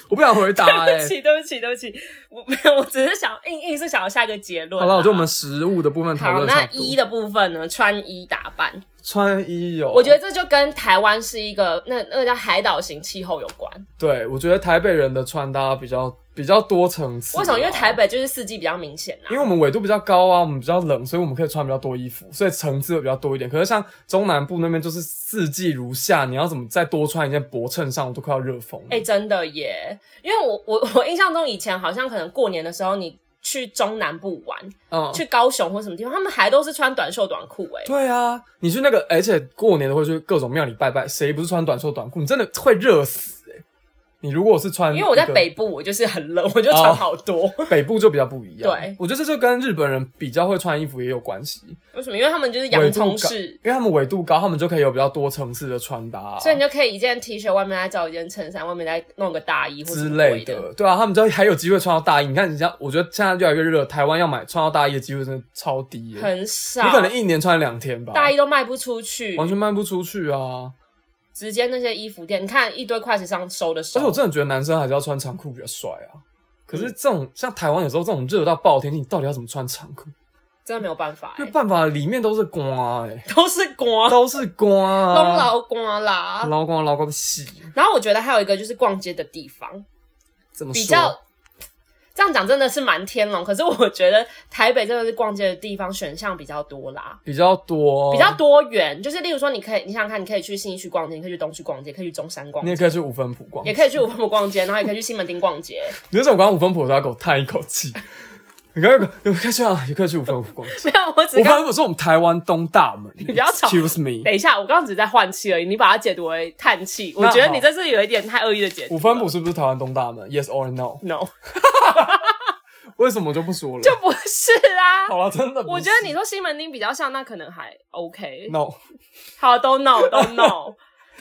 我不想回答哎、
对不起，对不起，对不起，我没有，我只是想硬硬是想要下一个结论啊。
好了，我觉得我们食物的部分讨
好，
论得差
那
不多哦
一的部分呢？穿衣打扮，
穿衣有，
我觉
得
得这就跟台湾是一个那那个叫海岛型气候有关。
对，我觉得台北人的穿搭比较比较多层次啊。
为什么？因为台北就是四季比较明显啊
因。为我们纬度比较高啊，我们比较冷，所以我们可以穿比较多衣服，所以层次会比较多一点。可是像中南部那边就是四季如夏，你要怎么再多穿一件薄衬衫，我都快要热疯了。
哎、真的耶！因为我我我印象中以前好像可能过年的时候，你去中南部玩，
嗯，
去高雄或什么地方，他们还都是穿短袖短裤哎。
对啊，你去那个，而且过年都会去各种庙里拜拜，谁不是穿短袖短裤？你真的会热死哎、你如果是穿一个，哦
因为我在北部，我就是很冷， [LAUGHS] 我就穿好多。 [LAUGHS]
北部就比较不一样。
对
我觉得这就跟日本人比较会穿衣服也有关系，
为什么？因为他们就是洋葱式，
因为他们纬度高，他们就可以有比较多层次的穿搭、啊，
所以你就可以一件 T 恤外面再找一件衬衫，外面再弄个大衣或
之
什么
类
鬼的。
的，对啊，他们就还有机会穿到大衣。你看，人家我觉得现在越来越热，台湾要买穿到大衣的机会真的超低耶、
很少，
你可能一年穿两天吧，
大衣都卖不出去，
完全卖不出去啊。
直接那些衣服店，你看一堆快时尚收的
而且我
手，
真的觉得男生还是要穿长裤比较帅啊。可是这种像台湾有时候这种热到爆的天气，你到底要怎么穿长裤？
真的没有办法、
没
欸，
办法，里面都是瓜哎、
都是光，
都是瓜、
都
啊，
老光啦。
捞光捞光的戏，
然后我觉得还有一个就是逛街的地方，
怎么说
比较这样讲真的是蛮天龙，可是我觉得台北真的是逛街的地方选项比较多啦。
比较多，啊
比较多元，就是例如说，你可以，你想想看，你可以去信义区逛街，你可以去东区逛街，你可以去中山逛
你也
街，
可以去五分埔逛，
也可以去五峰逛街，然后也可以去西门町逛
[LAUGHS]
街。
你为什么刚刚五分埔的时候要给我叹一口气？你刚刚有可以去啊，也可以去五分埔逛街。
没有，我只
啊我
刚
刚刚我说我们台湾东大门，你
[LAUGHS] 不要吵
Excuse me，
等一下，我刚刚只是在换气而已，你把它解读为叹气，我
那
觉得
好
你这是有一点太恶意的解读了。
五分埔是 [LAUGHS] 不是台湾东大门？Yes or no？
no
为什么我就不说了？
就 [LAUGHS] 不是啊。
[LAUGHS] 好了，真的不是。
我觉得你说西门町比较像，那可能还 OK。
no，
好，都 no 都 no。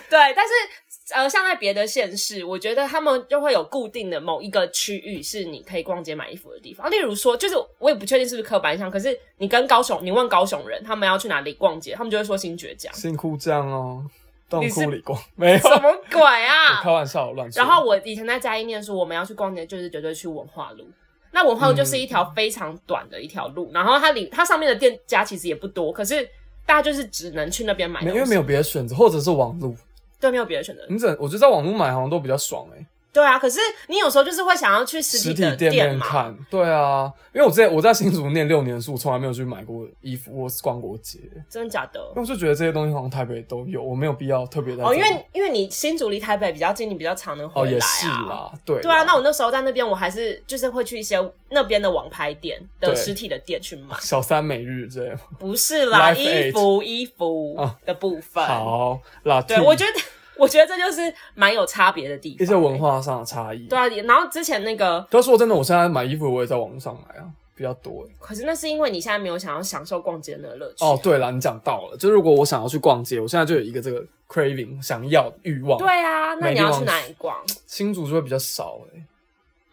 对， [LAUGHS] 但是呃，像在别的县市，我觉得他们就会有固定的某一个区域是你可以逛街买衣服的地方。例如说，就是我也不确定是不是刻板印象，可是你跟高雄，你问高雄人他们要去哪里逛街，他们就会说新觉江，
新裤这样哦，洞
你是
窟里逛没有，
什
我
么鬼啊
开？玩笑，我乱说。
然后我以前在嘉义念书，我们要去逛街，就是绝对去文化路。那文化路就是一条
嗯
非常短的一条路，然后它里它上面的店家其实也不多，可是大家就是只能去那边买
没
东西，
因为没有别的选择，或者是网路，
对没有别的选择。
你只能我觉得在网路买好像都比较爽哎、
对啊，可是你有时候就是会想要去实
实
体的
体店面
嘛，
看，对啊，因为我之前我在新竹念六年的书，从来没有去买过衣服或是逛过街，因
真的假的？
为我就觉得这些东西好像台北都有，我没有必要特别在这
哦，因
里
为因为你新竹离台北比较近，你比较常能
哦
回来
也是
啊。
啦，对
对啊，那我那时候在那边，我还是就是会去一些那边的网拍店的
对
实体的店去买，
小三每日这样。
不是啦，
Life
衣服衣服
哦
的部分。
好，啦，
哎对，我觉得 [LAUGHS] 我觉得这就是蛮有差别的地方，
一些文。化上的差异。
对啊，然后之前那个，
但说真的，我现在买衣服我也在网上买啊，比较多欸。
可是那是因为你现在没有想要享受逛街的乐趣。
哦，对了，你讲到了，就是如果我想要去逛街，我现在就有一个这个 craving 想要欲望。，
对啊，那
没
你
地
要
方
去哪里逛？
新竹就会比较少哎。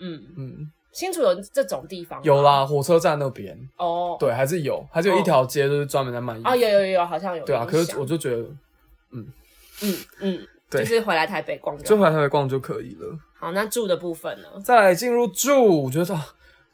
嗯，
嗯，
新竹有这种地方吗
有啦，火车站那边，
哦，
对，还是有，还是有一条街就是专门在卖衣服。
啊，哦有有有有，好像有
对啊，
印
可是
象
我就觉得
嗯嗯，
对
就是回来台北逛就
就
好。
回来台北逛就可以了。
好，那住的部分呢？ [LAUGHS]
再来进入住，我觉得啊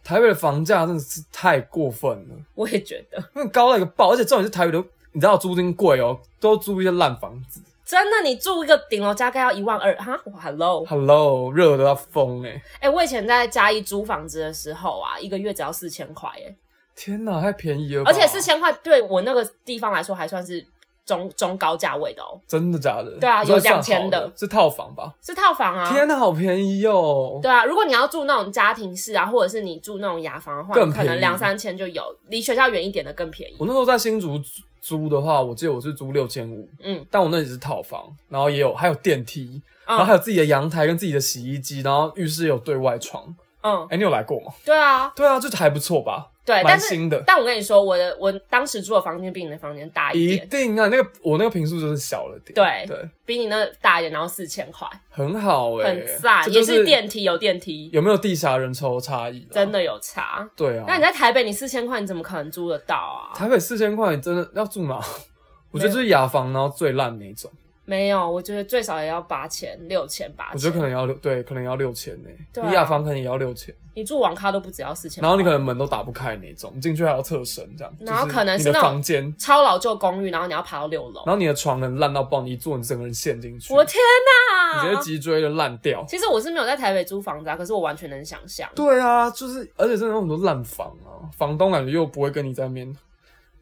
台北的房价真的是太过分了，
我也觉得，
那高到一个爆，而且重点是台北的，你知道租金贵哦，都租一些烂房子。
真的，你住一个顶楼加盖要一万二哈哇，hello，
Hello，热的要疯哎、
哎、我以前在嘉义租房子的时候啊，一个月只要四千块哎，
天哪，太便宜了吧，
而且四千块对我那个地方来说还算是中中高价位的哦，
真的假的？
对啊
你说
有
算
2000
好
的
是套房吧？
是套房啊。
天哪，好便宜哦！
对啊，如果你要住那种家庭式啊，或者是你住那种雅房的话，
更便宜
可能两三千就有，离学校远一点的更便宜。
我那时候在新竹租租的话，我记得我是租六千五，
嗯，
但我那里是套房，然后也有还有电梯，然后还
嗯
有自己的阳台跟自己的洗衣机，然后浴室也有对外窗。
嗯
哎、，你有来过吗？
对啊，
对啊，这还不错吧？
对，但
蛮
是
新的。
但我跟你说，我的我当时住的房间比你的房间大一
一
点，
定啊，那个我那个平数就是小了点，
对
对，
比你那大一点，然后四千块，
很好哎、
很赞，
这
也
就是
电梯有电梯，
有没有地下人潮差异、
真
的，
的有差。
对啊。
那你在台北，你四千块你怎么可能租得到啊？
台北四千块，你真的要
[LAUGHS]
住哪？我觉得就是雅房，然后最烂那一种。
没有，我觉得最少也要八千、六千、八
我觉得可
千。
能要六，对，可能要六千呢。
啊对啊
你雅房可能也要六千，
你住网咖都不只要四千，
然后你可能门都打不开那种，你进去还要侧身这样。
然后
就是
可能是
你的
那种
房间，
超老旧公寓，然后你要爬到六楼，
然后你的床能烂到爆，你一坐你整个人陷进去，
我天
你
哪！
直接脊椎就烂掉。
其实我是没有在台北租房子啊，可是我完全能想象。
对啊，就是而且真的有很多烂房啊，房东感觉又不会跟你在面，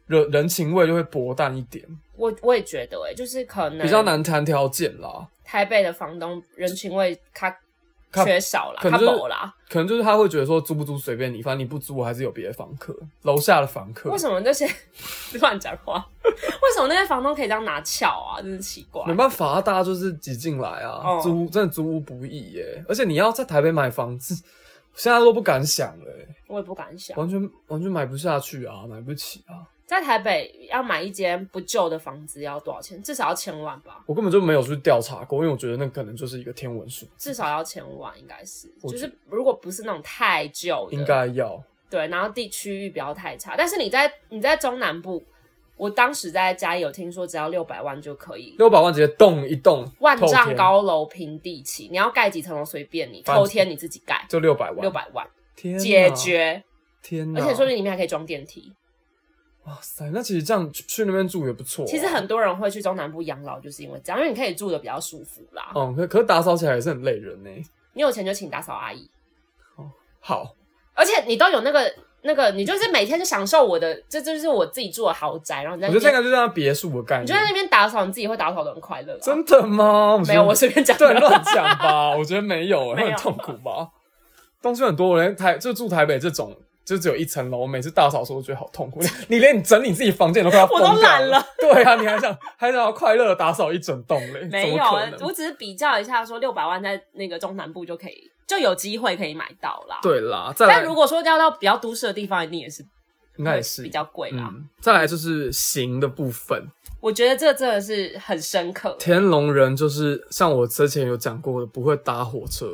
人人情味就会薄淡一点，
我我也觉得、欸，就是可能
比较。难谈条件啦。
台北的房东人情味他
较
缺少啦，
可
啊他
能就是
薄啦。
可能就是他会觉得说租不租随便你，反正你不租我还是有别的房客，楼下的房客
为。什么那些 [LAUGHS] 乱讲话？为什么那些房东可以这样拿翘啊？真是奇怪。
没办法啊，大家就是挤进来啊，
哦
租真的租屋不易耶。而且你要在台北买房子，现在都不敢想了耶，
我也不敢想，
完全完全买不下去啊，买不起啊。
在台北要买一间不旧的房子要多少钱？至少要千万吧，
我根本就没有去调查过，因为我觉得那可能就是一个天文数，
至少要千万，应该是。
我
就
觉
是如果不是那种太旧的，
应该要
对，然后地区域不要太差。但是你在你在中南部，我当时在家里有听说，只要六百万就可以，
六百万直接动一动，
万
透
丈
天
高楼平地起，你要盖几层楼随便你，
反正
透天你自己盖，
就六百万，
六百万
天哪
解，决，
天哪！
而且说不定里面还可以装电梯。
哇塞，那其实这样去去那边住也不错啊、
其实很多人会去中南部养老，就是因为这样，因为你可以住的比较舒服啦。
嗯，可可是打扫起来也是很累人呢。
你有钱就请打扫阿姨，
好，
而且你都有那个那个，你就是每天就享受我的，这这就是我自己住的豪宅，然后你
我
在
觉
那
得这个
边，
就像别墅的概
你
念
就，在那边打扫，你自己会打扫的很快乐、啊。
真的吗？觉
没
得
有，我随便
[LAUGHS]
讲的。
对，乱讲吧，我觉得没有、欸，
没
会
有
很痛苦吧？东西很多，我连台就住台北这种，就只有一层楼，我每次大扫除都觉得好痛苦。 [LAUGHS] 你连你整理自己房间都快要
我
疯
都
掉
懒了。
对啊，你还想还想要快乐的打扫一整栋嘞？
没
怎
有啊
么可，
我
能？
只是比较一下，说六百万在那个中南部就可以，就有机会可以买到啦。，
对啦，再来，
但如果说要到比较都市的地方，一定也是
应该也是
比较贵啦。
嗯，再来就是行的部分，
我觉得这真的是很深刻，
天龙人就是像我之前有讲过的，不会搭火车。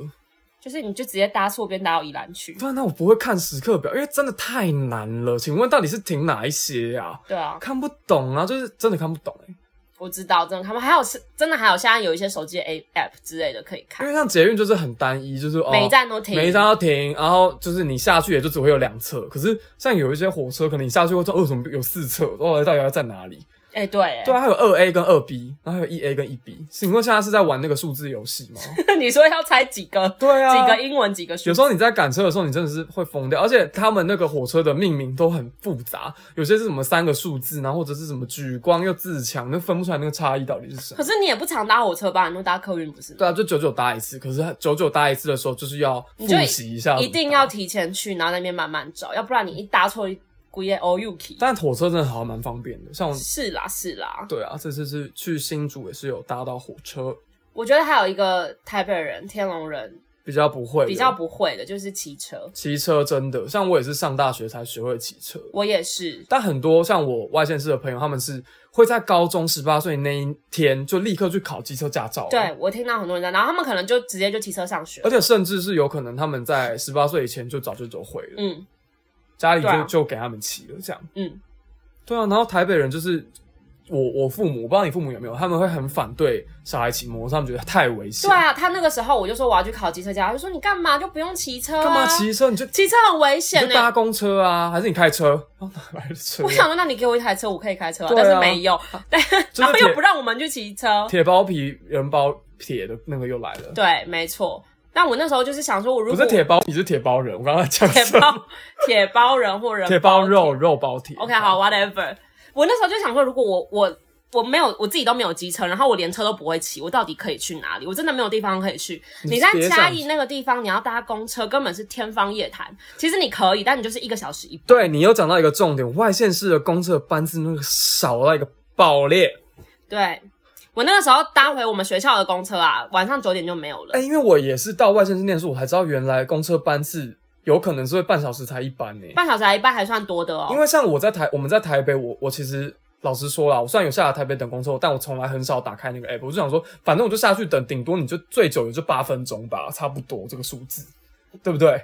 就是你就直接搭错边搭到宜兰去。
对啊，那我不会看时刻表，因为真的太难了。请问到底是停哪一些啊？
对啊，
看不懂啊，就是真的看不懂哎、
我知道，真的他们还有是真的还有现在有一些手机的 A app 之类的可以
因
看，
为像捷运就是很单一，就是哦
每一站都停，
每一站要停，然后就是你下去也就只会有两侧。可是像有一些火车，可能你下去会说哦，怎么有四侧？哦，到底要在哪里？
哎、对，
对啊，还有二 A 跟二 B，然后还有一 A 跟一 B。请问现在是在玩那个数字游戏吗？
你说要猜几个、
对啊，
几个英文几个数
有时候你在赶车的时候，你真的是会疯掉，而且他们那个火车的命名都很复杂，有些是什么三个数字，然后或者是什么举光又自强，那分不出来那个差异到底是什
可
么。
是你也不常搭火车吧？你都搭客运不是吗？
对啊，就九九搭一次，可是九九搭一次的时候，就是要
你
复
就
习一下，
一定要。提前去，然后在那边慢慢找，要不然你一搭错，估计 all you k
但火车真的好像蛮方便的，像我
是啦是啦，
对啊，这次是去新竹也是有搭到火车，
我觉得还有一个台北人、天龙人
比较不会的
比较不会的就是骑车，
骑车真的，像我也是上大学才学会骑车，
我也是，
但很多像我外县市的朋友，他们是会在高中十八岁那一天就立刻去考机车驾照了，
对我听到很多人在，然后他们可能就直接就骑车上学
而，且甚至是有可能他们在十八岁以前就早就走会了，
嗯
家里就、
对啊
就给他们骑了这样。
嗯，
对啊，然后台北人就是我我父母，我不知道你父母有没有，他们会很反对小孩骑摩托车，他们觉得太危险。
对啊，他那个时候我就说我要去考机车驾照，他就说你干嘛就不用骑车、啊？
干嘛骑？车？你就
骑车很危
你
险
就
呢、
搭公车啊，还是你开车？ [LAUGHS] 哦哪来的车啊？
我想说，那你给我一台车，我可以开车、啊，
对啊
但是没有，但
就是
然后又
铁
不让我们去骑车。
铁包皮人包铁的那个又来了，
对，没错。但我那时候就是想说，我如
不
果
是铁包皮是铁包人，我刚刚在讲
铁
什么？
包铁包人或人
铁包肉，肉包铁。
OK，好，whatever。我那时候就想说，如果我我我没有我自己都没有机车，然后我连车都不会骑，我到底可以去哪里？我真的没有地方可以去。
你
你在
别
嘉
想
义那个地方，你要搭公车，根本是天方夜谭。其实你可以，但你就是一个小时一班。
对你又讲到一个重点，外县市的公车班次那个少到一个爆裂。
对我那个时候搭回我们学校的公车啊，晚上九点就没有了。
哎、因为我也是到外县市念书，我才知道原来公车班次有可能是会半小时才一班呢、
半小时还一班还算多的哦。
因为像我在台，我们在台北，我我其实老实说啦，我虽然有下来台北等公车，但我从来很少打开那个 app。我就想说，反正我就下去等，顶多你就最久也就八分钟吧，差不多这个数字，对不对？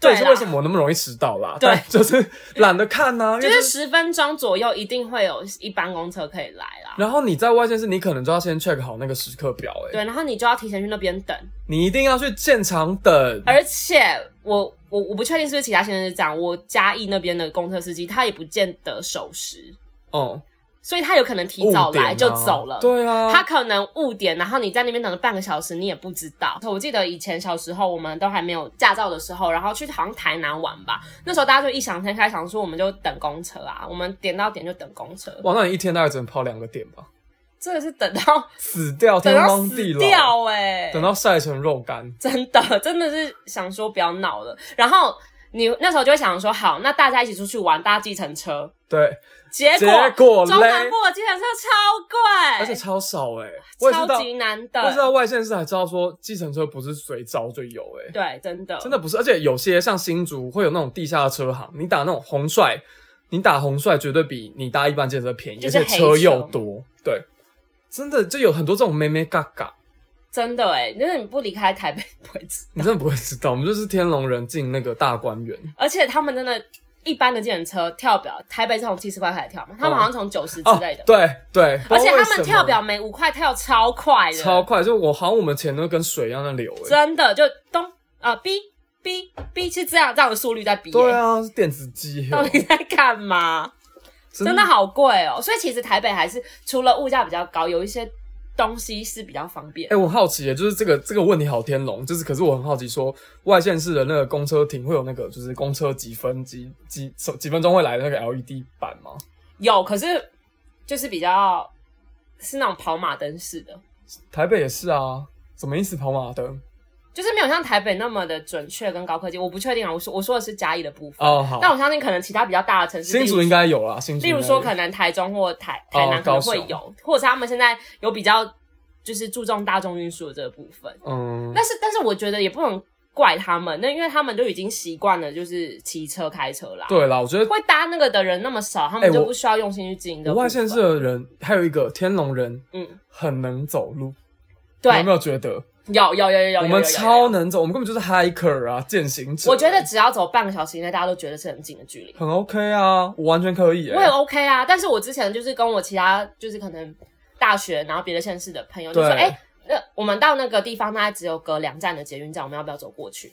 这
对
也是
啦
为什么我那么容易迟到啦。
对
但就是懒得看呐、因
就
为、
是十分钟左右，一定会有一班公车可以来啦。
然后你在外县市，你可能就要先 check 好那个时刻表、欸，
对，然后你就要提前去那边等，
你一定要去现场等。
而且我我我不确定是不是其他先生是这样，我嘉义那边的公车司机他也不见得守时，
哦、
所以他有可能提早
误点啊
来就走了。
对啊，
他可能误点，然后你在那边等了半个小时，你也不知道。我记得以前小时候，我们都还没有驾照的时候，然后去好像台南玩吧，那时候大家就异想天开，想说我们就等公车啊，我们点到点就等公车，
哇，那你一天大概只能跑两个点吧？
真的是等到
死掉，[LAUGHS]
等
天
到
荒
死
地老，
掉哎、
等到晒成肉干。
真的真的是想说不要闹了。然后你那时候就会想说，好，那大家一起出去玩，搭计程车。
对，
结果
结果
中南
嘞
部的计程车超贵，
而且超少哎、我也知道
欸超，级难
我也知
等。
道外县市还知道说计程车不是随招就有哎、
对，真的
真的不是，而且有些像新竹会有那种地下车行，你打那种红帅，你打红帅绝对比你搭一般计程车便宜，
就是
而
黑
且车又多，对，真的就有很多这种妹妹嘎嘎，
真的哎，就是你不离开台北 [LAUGHS] 不会知。
你真的不会知道，我们就是天龙人进那个大观园，
而且他们真的，一般的计程车跳表，台北是从七十块开始跳嘛，他们
哦
好像从九十之
哦
类的，。
对对，
而
不知
且他
道为什
们
么
跳表每五块跳超快的，
超快，就我好像我们钱都跟水一样在流哎、
真的就咚啊哔哔哔是这样这样的速率在比耶、
对啊，是电子机耶、
到底在干嘛？真的好贵哦。所以其实台北还是除了物价比较高，有一些东西是比较方便
哎、。我很好奇耶，就是这个这个问题好天龙，就是可是我很好奇说，外县市的那个公车亭会有那个就是公车几分几几几几分钟会来的那个 LED 板吗？
有，可是就是比较是那种跑马灯式的，
台北也是啊，什么意思跑马灯？
就是没有像台北那么的准确跟高科技。我不确定啊，我说我说的是嘉义的部分，
哦，好
但，我相信可能其他比较大的城市，
新竹应该有啦，新竹
例
应该有
如，例如说可能台中或台台南
哦
可能会
高雄
有，或者是他们现在有比较就是注重大众运输的这个部分。
嗯，
但是，但是我觉得也不能怪他们，那因为他们都已经习惯了就是骑车开车啦。
对啦，我觉得
会搭那个的人那么少，他
哎
们就
我
不需要用心去经营的
我
部分。
外县市的人还有一个天龙人
嗯，
很能走路，你有
对
没，有觉得
有有有有有，
我们
有有有
超能走？我们根本就是 hiker 啊，践行者。
我觉得只要走半个小时以内，大家都觉得是很近的距离。
很 OK 啊，我完全可以、欸。
我也 OK 啊，但是我之前就是跟我其他就是可能大学然后别的县市的朋友就说，
对
哎、那我们到那个地方，大概只有隔两站的捷运站，我们要不要走过去？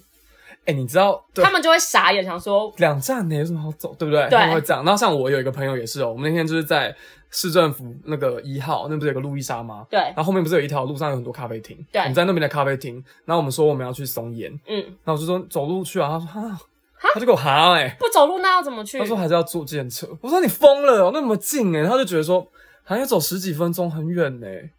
哎、你知道对
他们就会傻眼，想说
两站呢，有什么好走，对不对？
对
他们会这样。然后像我有一个朋友也是哦，我们那天就是在市政府那个一号，那不是有个路易莎吗？
对
然，后后面不是有一条路上有很多咖啡厅？
对
我们在那边的咖啡厅。然后我们说我们要去松烟，
嗯，
然后我就说走路去啊。他说哈，他就给我哈哎、
不走路那要怎么去
他？说还是要坐电车。我说你疯了哦，那么近哎、他就觉得说好像要走十几分钟，很远呢、欸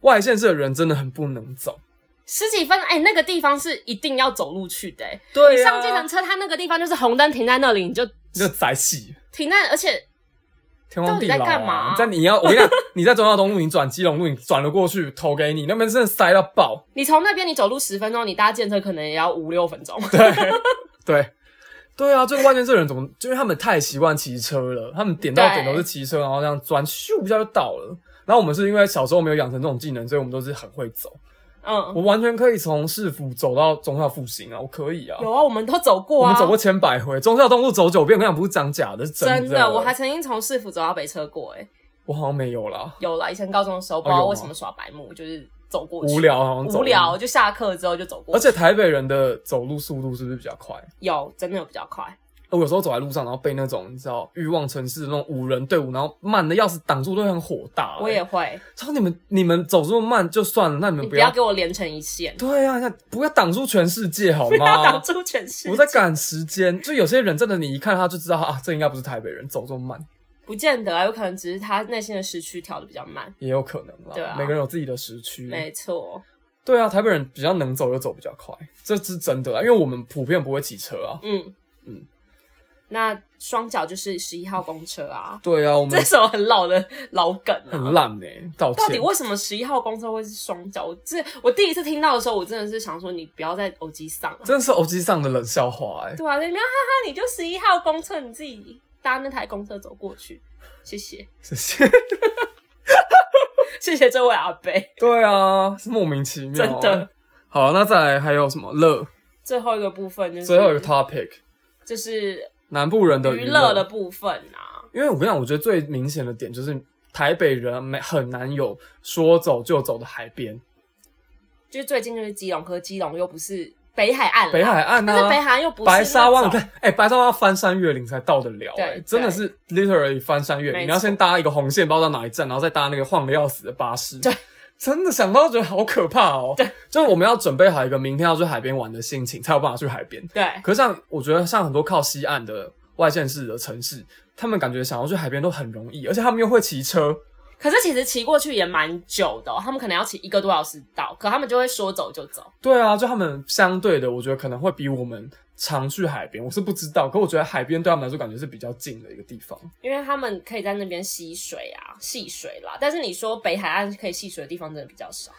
外县市的人真的很不能走。
十几分，哎、那个地方是一定要走路去的、哎
对啊
你上计程车，它那个地方就是红灯停在那里，你就
就宅气。
停在，而且
天荒地老、啊，
到底在干嘛
你在你要 [LAUGHS] 我跟你讲，你在中央东路，你转基隆路，你转了过去，投给你那边真的塞到爆。
你从那边你走路十分钟，你搭建车可能也要五六分钟。
对，对啊，这个外县市人怎么，就因为他们太习惯骑车了，他们点到点都是骑车，然后这样钻咻一下就到了。然后我们是因为小时候没有养成这种技能，所以我们都是很会走。
嗯，
我完全可以从市府走到中校复兴啊，我可以啊。
有啊，我们都走过
我
啊，
们走过千百回，中校东路走九遍，我跟你讲不是讲假的，是
真
的。
我还曾经从市府走到北车过、欸，哎，
我好像没有啦。
有了，以前高中的时候，不知
哦
道
有吗
为什么耍白目，就是走过去
无，聊好像走
无
路
聊，就下课之后就走过
而
去。
且台北人的走路速度是不是比较快？
有真的有比较快，
呃我有时候走在路上，然后被那种你知道欲望城市的那种五人队伍，然后慢的要死，挡住都会很火大、
我也会，
操你们，你们走这么慢就算了，那你
你
们
不
要
要给我连成一线，
对啊，那不要挡住全世界好
不要挡
吗？
住全世
我在
界。
赶时间，就有些人真的，你一看他就知道啊，这应该不是台北人，走这么慢
不见得啊，有可能只是他内心的时区调的比较慢。
也有可能啦。
对啊
每个人有自己的时区。
没错，
对啊，台北人比较能走就走比较快，这是真的啊，因为我们普遍不会骑车啊。
嗯嗯
嗯。
那双脚就是十一号公车啊，
对啊，我
这
们
首很老的老梗啊。
很烂呢、道歉。
到底为什么十一号公车会是双脚？我这我第一次听到的时候，我真的是想说，你不要再偶机上了。
真的是偶机上的冷笑话哎、
对啊，那边哈哈，你就十一号公车，你自己搭那台公车走过去，
[LAUGHS]
谢谢，
谢谢。
谢谢这位阿贝。
对啊，是莫名其妙、
真的。
好，那再来还有什么乐？
最后一个部分就是
最后一个 topic，
就是
南部人的
娱乐的部分啊，
因为我跟你讲，我觉得最明显的点就是台北人没很难有说走就走的海边，
嗯就是最近就是基隆，可是基隆又不是北海岸啦，
北海岸
但是
啊，
北海岸又不是
白沙湾，
那
你
种
看，哎、白沙湾要翻山越岭才到得了、
对
哎，真的是 literally 翻山越
没
岭，
错
你要先搭一个红线，不知道到哪一站，然后再搭那个晃的要死的巴士。
对。
真的想到就觉得好可怕哦！
对，
就是我们要准备好一个明天要去海边玩的心情，才有办法去海边。
对，
可是像我觉得像很多靠西岸的外县市的城市，他们感觉想要去海边都很容易，而且他们又会骑车。
可是其实骑过去也蛮久的哦、他们可能要骑一个多小时到，可他们就会说走就走。
对啊，就他们相对的，我觉得可能会比我们常去海边，我是不知道。可我觉得海边对他们来说感觉是比较近的一个地方。
因为他们可以在那边吸水啊，戏水啦。但是你说北海岸可以戏水的地方真的比较少，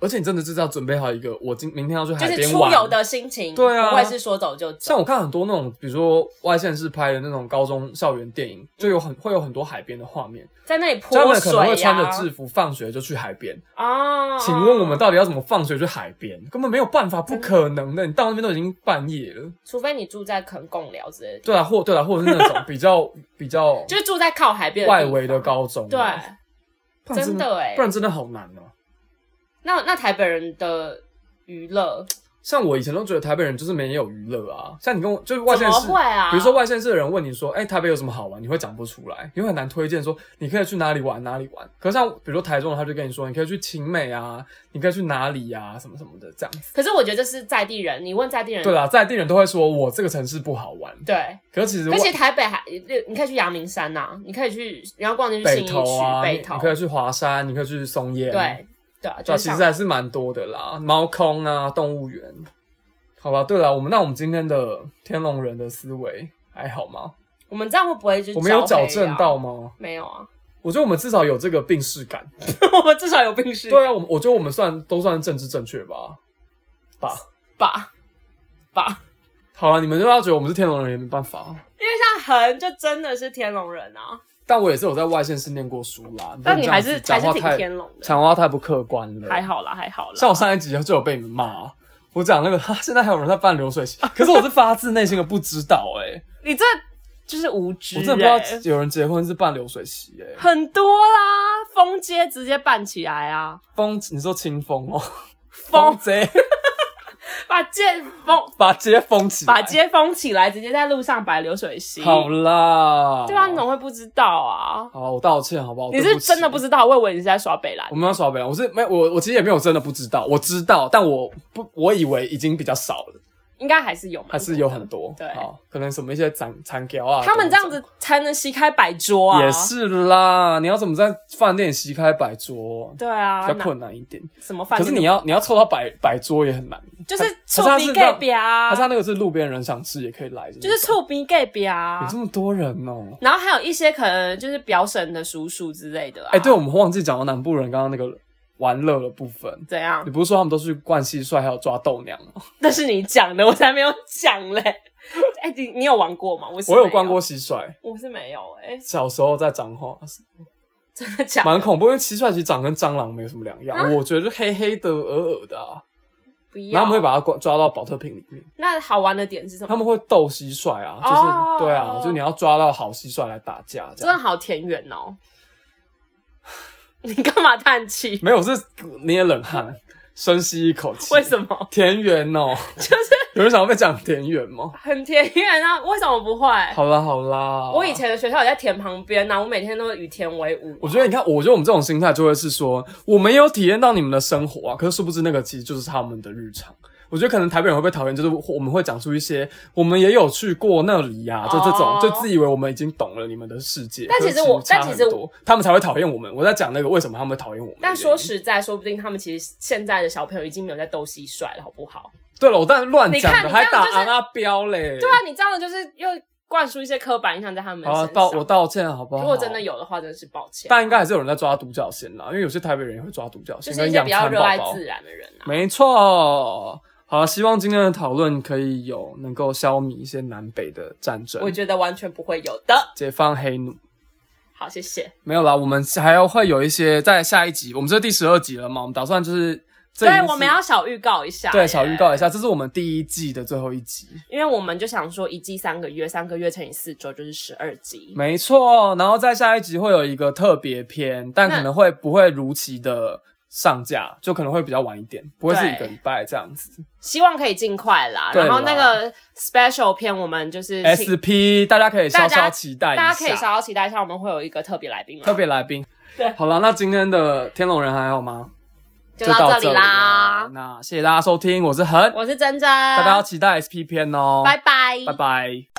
而且你真的就是要准备好一个，我今明天要去
就
海
是
哎边
出
玩。
游的心情，
对啊
不会是说走就走。
像我看很多那种，比如说外县市拍的那种高中校园电影，就有很会有很多海边的画面，
在那里
就他
泼
们可
水啊
能会
呀、
穿着制服，放学就去海边。
啊！
请问我们，到底要怎么放学去海边？根本没有办法，不可能
嗯
的。你到那边都已经半夜了。
除非你住在可能贡寮之类的地
对啊，或对啊，或者是那种比较比较
方，就是住在靠海边的地
外
方
围的，高中
对。
啊，不然
真的欸
不然真的好难哦、
那那台北人的娱乐
像我以前都觉得台北人就是没有娱乐啊，像你跟我就是外
怎
县
么
市，
会啊？
比如说外县市的人问你说，哎、台北有什么好玩？你会讲不出来，你会很难推荐说你可以去哪里玩哪里玩。可是像比如说台中人，他就跟你说，你可以去晴美啊，你可以去哪里呀、啊，什么什么的这样子。
可是我觉得这是在地人，你问在地人，
对啊啦，在地人都会说我这个城市不好玩，
对
可是其实
可
外
是其实台北还，你可以去阳明山呐、你可以去，你要逛进去信
北
义
投
区、
啊，
北
你
投，
你可以去华山，你可以去松烟，
对对啊，
对
就
啊，
是
其
像
实还是蛮多的啦，猫空啊，动物园。好吧，对了，我们那我们今天的天龙人的思维还好吗？
我们这样会不会就
我们有矫
找
正到？吗？
啊没有啊， [LAUGHS]
我觉得我们至少有这个病视感。
我们至少有病史
对啊，我们我觉得我们算都算政治正确吧。吧，
吧吧，
好了，你们就要觉得我们是天龙人也没办法。
因为像恒就真的是天龙人啊，
但我也是有在外县市念过书啦，
但你还是
这
还
样子讲话
是挺
太
天龙的，
讲话太不客观了。
还好啦，还好啦。
像我上一集就有被你们骂，啊我讲那个，哈，现在还有人在办流水席，可是我是发自内心的不知道哎、
你这就是无知、欸，
我真的不知道有人结婚是办流水席哎、
很多啦，封街直接办起来啊，
风，你说清风哦，
封
贼
把街封
把街封起来，
把街封起来，直接在路上摆流水席。
好啦，
对啊，你怎么会不知道啊？
好，我道歉好不好？
你
对
是
不起
真的不知道，我以为你是在耍北兰
我。没有耍北兰，我是没有我我其实也没有真的不知道，我知道，但我不我以为已经比较少了，
应该还是有嘛，
还是有很多，
嗯对
好，可能什么一些残残条啊，
他们这样子才能席开百桌啊。
也，是啦，你要怎么在饭店席开摆桌？
对啊，
比较
哪
困难一点，
什么饭
可
店？
是你要你要凑到摆摆桌也很难，
就是
还
醋
还是他是
鼻
让
盖表啊
可是，他那个是路边人想吃也可以来，就
就是醋鼻盖表啊
有这。么多人哦、
然后还有一些可能就是表婶的叔叔之类的、啊。
哎、对，，我们忘记讲到南部人刚刚那个玩乐的部分。
怎样
你？不是说他们都去灌蟋蟀，还有抓豆娘吗？
那是你讲的，我才没有讲嘞。 [LAUGHS] 哎、你你有玩过吗？我是
我有
没
灌过，蟋蟀，
我是没有哎、 [LAUGHS]
小时候在彰化，
真的假的？
蛮恐怖，因为蟋蟀其实长跟蟑螂没有什么两样，
啊
我觉得黑黑的、鹅鹅的啊。
不要。
然后他们会把它抓抓到保特瓶里面，
那好玩的点是什
他
么？
们会斗蟋蟀啊，就是、
哦
对啊，就是你要抓到好蟋蟀来打架这
真的
样。
好田园哦， [LAUGHS] 你干嘛
[LAUGHS]
叹气？
没有，是捏冷汗，深吸一口气。
为什么？
田园哦、
就是
有人想要被讲田园吗？
很田园啊，为什么不会？
好啊啦好啦，
我以前的学校也在田旁边呐、我每天都会与田为伍。
我觉得你看，我觉得我们这种心态就会是说，我没有体验到你们的生活啊，可是殊不知那个其实就是他们的日常。我觉得可能台北人会被讨厌，就是我们会讲出一些我们也有去过那里呀、就这种
哦
就自以为我们已经懂了你们的世界。
但其实我
可是差很
但其实
多他们才会讨厌我们。我在讲那个为什么他们会讨厌我们。
但说，实在，说不定他们其实现在的小朋友已经没有在斗蟋蟀了，好不好？
对了，我当然乱讲
你看
的，
你
还
这样
打
就是
阿拉标嘞。
对啊，你这样的就是又灌输一些刻板印象在他们
好
身
啊，
上。
道我道歉好不好？
如果真的，有的话，真的是抱歉。
但应该还是有人在抓独角仙啦，因为有些台北人也会抓独角
就
仙，
是一
跟
些
养
比较
蚕
热爱
宝宝。
自然的人啊。
没错。好，希望今天的讨论可以有能够消弭一些南北的战争
我，觉得完全不会有的。
解放黑奴。
好，谢谢。
没有啦，我们还要会有一些在下一集，我们这是第十二集了嘛，我们打算就是这一
对，
季
我们要小预告一下。
对小预，告一下，这是我们第一季的最后一集，
因为我们就想说一季三个月，三个月乘以四周就是十二集。
没错。然后在下一集会有一个特别篇，但
那
可能会不会如期的上架，就可能会比较晚一点，不会是
对
一个礼拜这样子。
希望可以尽快啦。
对啦
然后那个 special 片，我们就是请
SP 大家可以稍
大家
稍期待一下，
大家可以稍稍期待一下，我们会有一个特别来宾嘛，
特别来宾。
对
好了，那今天的天龙人还好吗？
就到这里啦。
那谢谢大家收听，我是恒，
我是珍珍，
大
大
家要期待 SP 篇哦，
拜拜，
拜拜。